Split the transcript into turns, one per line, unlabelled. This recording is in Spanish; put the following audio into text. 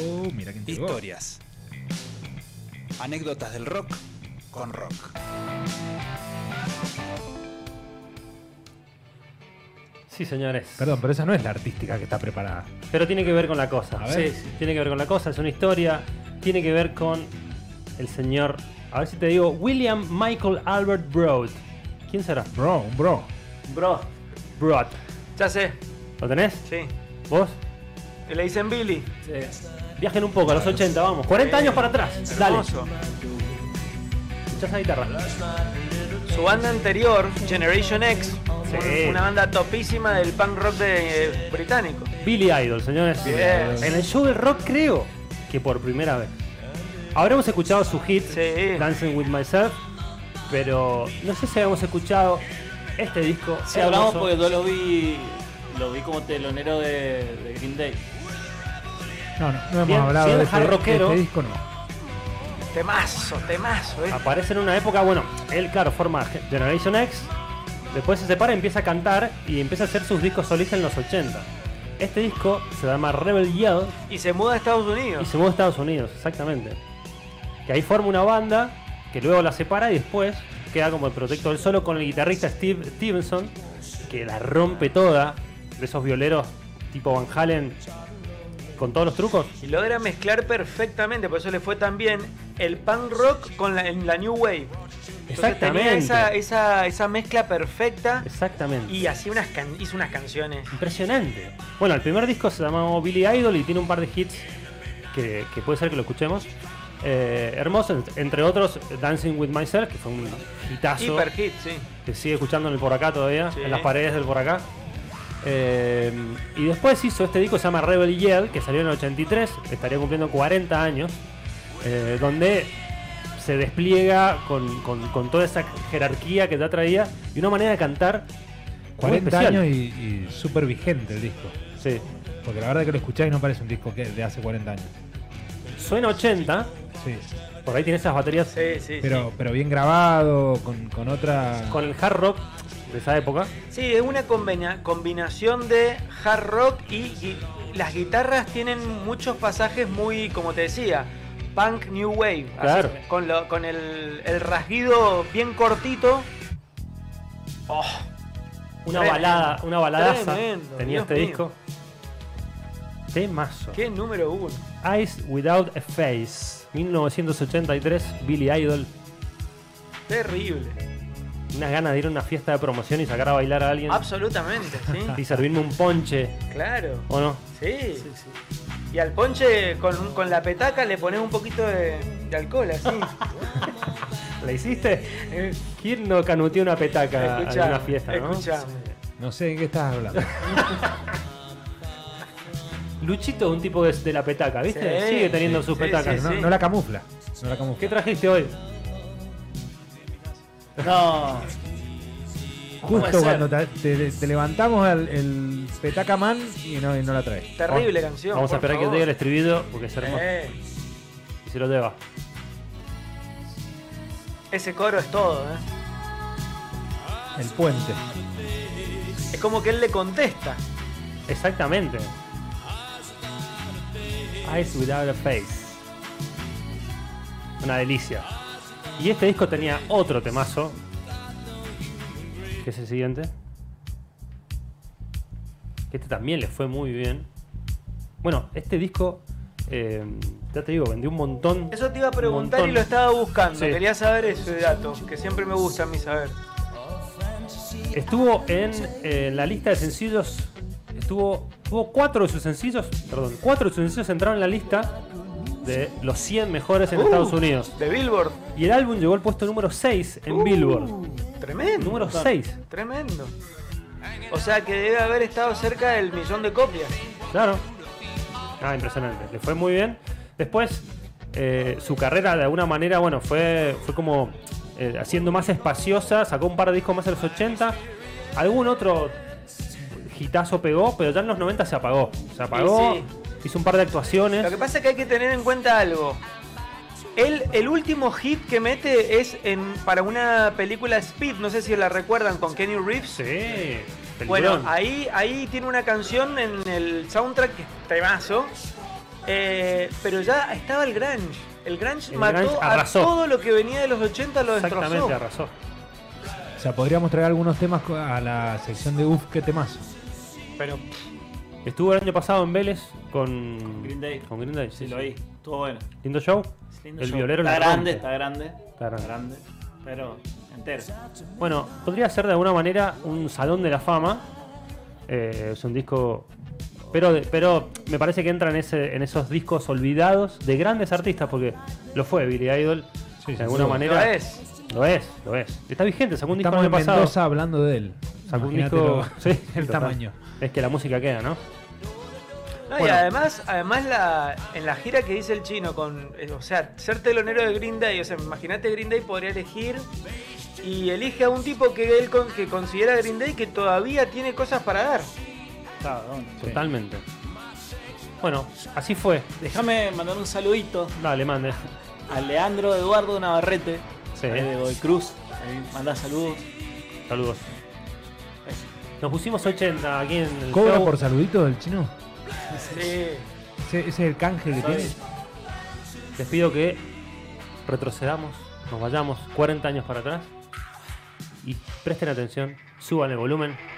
Oh, mira quién llegó.
Historias. Anécdotas del rock con rock.
Sí, señores.
Perdón, pero esa no es la artística que está preparada.
Pero tiene que ver con la cosa.
A ver.
Sí, sí, tiene que ver con la cosa, es una historia. Tiene que ver con el señor. A ver si te digo, William Michael Albert Broad. ¿Quién será?
Bro, un bro.
Bro,
Broad.
ya sé,
¿Lo tenés?
sí.
¿Vos?
Le dicen Billy.
Viajen un poco, a los 80, vamos. 40 años para atrás. Dale.
Hermoso.
Escuchás la guitarra.
Su banda anterior, Generation X,
Sí.
una banda topísima del punk rock de- eh, británico.
Billy Idol, señores.
Bien.
En el show del rock creo que por primera vez. Habremos escuchado su hit,
Sí.
Dancing with Myself, pero no sé si habíamos escuchado este disco.
Sí, hablamos
hermoso.
porque yo lo vi, lo vi como telonero de, de Green Day.
No, no, no hemos
Bien,
hablado
bien
de este, de
jarroquero.
este disco, no.
Temazo, temazo, eh.
Aparece en una época, bueno, él claro, forma Ge- Generation X, después se separa, empieza a cantar y empieza a hacer sus discos solistas en los 80. Este disco se llama Rebel Yell
Y se muda a Estados
y
Unidos.
se mueve a Estados Unidos, exactamente. Que ahí forma una banda que luego la separa y después queda como el protector del solo con el guitarrista Steve Stevenson, que la rompe toda, de esos violeros tipo Van Halen con todos los trucos.
Y logra mezclar perfectamente, por eso le fue tan bien, el punk rock con la, en la new wave. Entonces tenía
Exactamente.
esa, esa, esa mezcla perfecta
Exactamente.
y así unas can- hizo unas canciones.
Impresionante. Bueno, el primer disco se llamaba Billy Idol y tiene un par de hits que, que puede ser que lo escuchemos. Eh, hermoso, ent- entre otros Dancing with Myself, que fue un hitazo
Hiper hit, sí.
que sigue escuchando en el por acá todavía,
Sí.
en las paredes del por acá. Eh, y después hizo este disco, se llama Rebel Yell, que salió en el 83, estaría cumpliendo 40 años, eh, donde se despliega con, con- con toda esa jerarquía que ya traía y una manera de cantar. muy
40
especial.
años y, y súper vigente el disco.
Sí.
Porque la verdad es que lo escucháis y no parece un disco que de hace 40 años.
Suena 80,
Sí.
por ahí tiene esas baterías
Sí, sí,
Pero, pero bien grabado, con, con otra.
con el hard rock de esa época.
sí. Sí, es una combina- combinación de hard rock y, gui- las guitarras tienen muchos pasajes muy, como te decía, punk new wave. Así,
Claro.
con lo- con el, el rasguido bien cortito. Oh,
Una
Tremendo.
balada, una baladaza
Tremendo,
tenía
Dios
este
mío.
disco. Temazo.
qué número uno.
Eyes Without a Face, 1983, Billy Idol.
Terrible.
Unas ganas de ir a una fiesta de promoción y sacar a bailar a alguien
Absolutamente,
y
sí.
servirme un ponche,
claro.
¿o no?
Sí. Y al ponche con, con la petaca le pones un poquito de, de alcohol, así.
¿La hiciste? Eh, ¿Quién no canuteó una petaca en
Escuchá,
una fiesta, no?
escuchá.
No sé de qué estás hablando.
Luchito es un tipo de, de la petaca, ¿viste?
Sí,
Sigue teniendo
sí,
sus
sí,
petacas.
sí,
No,
sí.
no la camufla. No la camufla.
¿Qué trajiste hoy?
No,
Justo
puede ser?
cuando te, te- te levantamos al- el petaca man y no, y no la traes.
Terrible canción.
Vamos a
por
esperar que
favor.
llegue el estribillo porque es hermoso.
Eh,
Y se lo lleva.
ese coro es todo, ¿eh?
El puente.
Es como que él le contesta.
Exactamente. Eyes Without a Face. Una delicia. Y este disco tenía otro temazo. Que es el siguiente. Que este también le fue muy bien. Bueno, este disco, eh, ya te digo, vendió un montón.
Eso te iba a preguntar
Montón.
y lo estaba buscando.
Sí.
Quería saber ese dato, que siempre me gusta a mí saber.
Estuvo en, eh, la lista de sencillos. Estuvo. Tuvo cuatro de sus sencillos. Perdón, cuatro de sus sencillos entraron en la lista de los 100 mejores en
Uh,
Estados Unidos.
De Billboard. Uh,
Y el álbum llegó al puesto número 6 en Billboard.
Tremendo.
Número 6.
Tremendo. O sea que debe haber estado cerca del millón de copias.
Claro. Ah, impresionante. Le fue muy bien. Después, eh, su carrera de alguna manera, bueno, fue, fue como eh, haciendo más espaciosa. Sacó un par de discos más en los 80. Algún otro hitazo pegó, pero ya en los 90 se apagó. Se apagó.
sí.
Hizo un par de actuaciones.
Lo que pasa es que hay que tener en cuenta algo. El, el último hit que mete es en, para una película Speed, no sé si la recuerdan, con Kenny Reeves.
Sí.
bueno,
peliculón.
ahí, ahí tiene una canción en el soundtrack que es temazo. Eh, pero ya estaba el grunge. El grunge
El
mató
grunge
a
arrasó.
todo lo que venía de los 80, lo destrozó.
Exactamente, arrasó.
O sea, podríamos traer algunos temas co- a la sección de Uf, qué temas.
Pero
Estuvo el año pasado en Vélez con
Green Day.
Con Green Day,
Sí,
sí.
lo vi. Estuvo bueno.
Lindo show.
Es lindo
el
show.
violero la
está grande,
rompe.
está grande.
Está grande.
grande. Pero entero.
Bueno, podría ser de alguna manera un salón de la fama. Eh, es un disco. Pero, pero me parece que entra en, ese, en esos discos olvidados de grandes artistas, porque lo fue Billy Idol. de alguna
duda.
manera.
lo es.
Lo es, lo es. Está vigente, sacó un disco
Estamos
el
en
año pasado.
Mendoza hablando de él.
Sacó un
Imagínate
disco.
lo-
sí,
el
total.
tamaño.
Es que la música queda, ¿no?
No, y
Bueno.
además, además la, en la gira que dice el chino, con, eh, o sea, ser telonero de Green Day, o sea, imagínate Green Day podría elegir y elige a un tipo que él con- que considera Green Day que todavía tiene cosas para dar.
Está, bueno.
Totalmente. Bueno, así fue.
Déjame mandar un saludito
Dale, mande.
a Leandro Eduardo Navarrete.
Sí.
ahí De Godoy Cruz. Ahí manda saludos.
Saludos. Nos pusimos 80 aquí en el
¿Cobra
show.
por saluditos del chino?
Sí.
¿Ese, ese es el canje que tiene?
¿Sabes?
Les pido que retrocedamos, nos vayamos 40 años para atrás y presten atención, suban el volumen.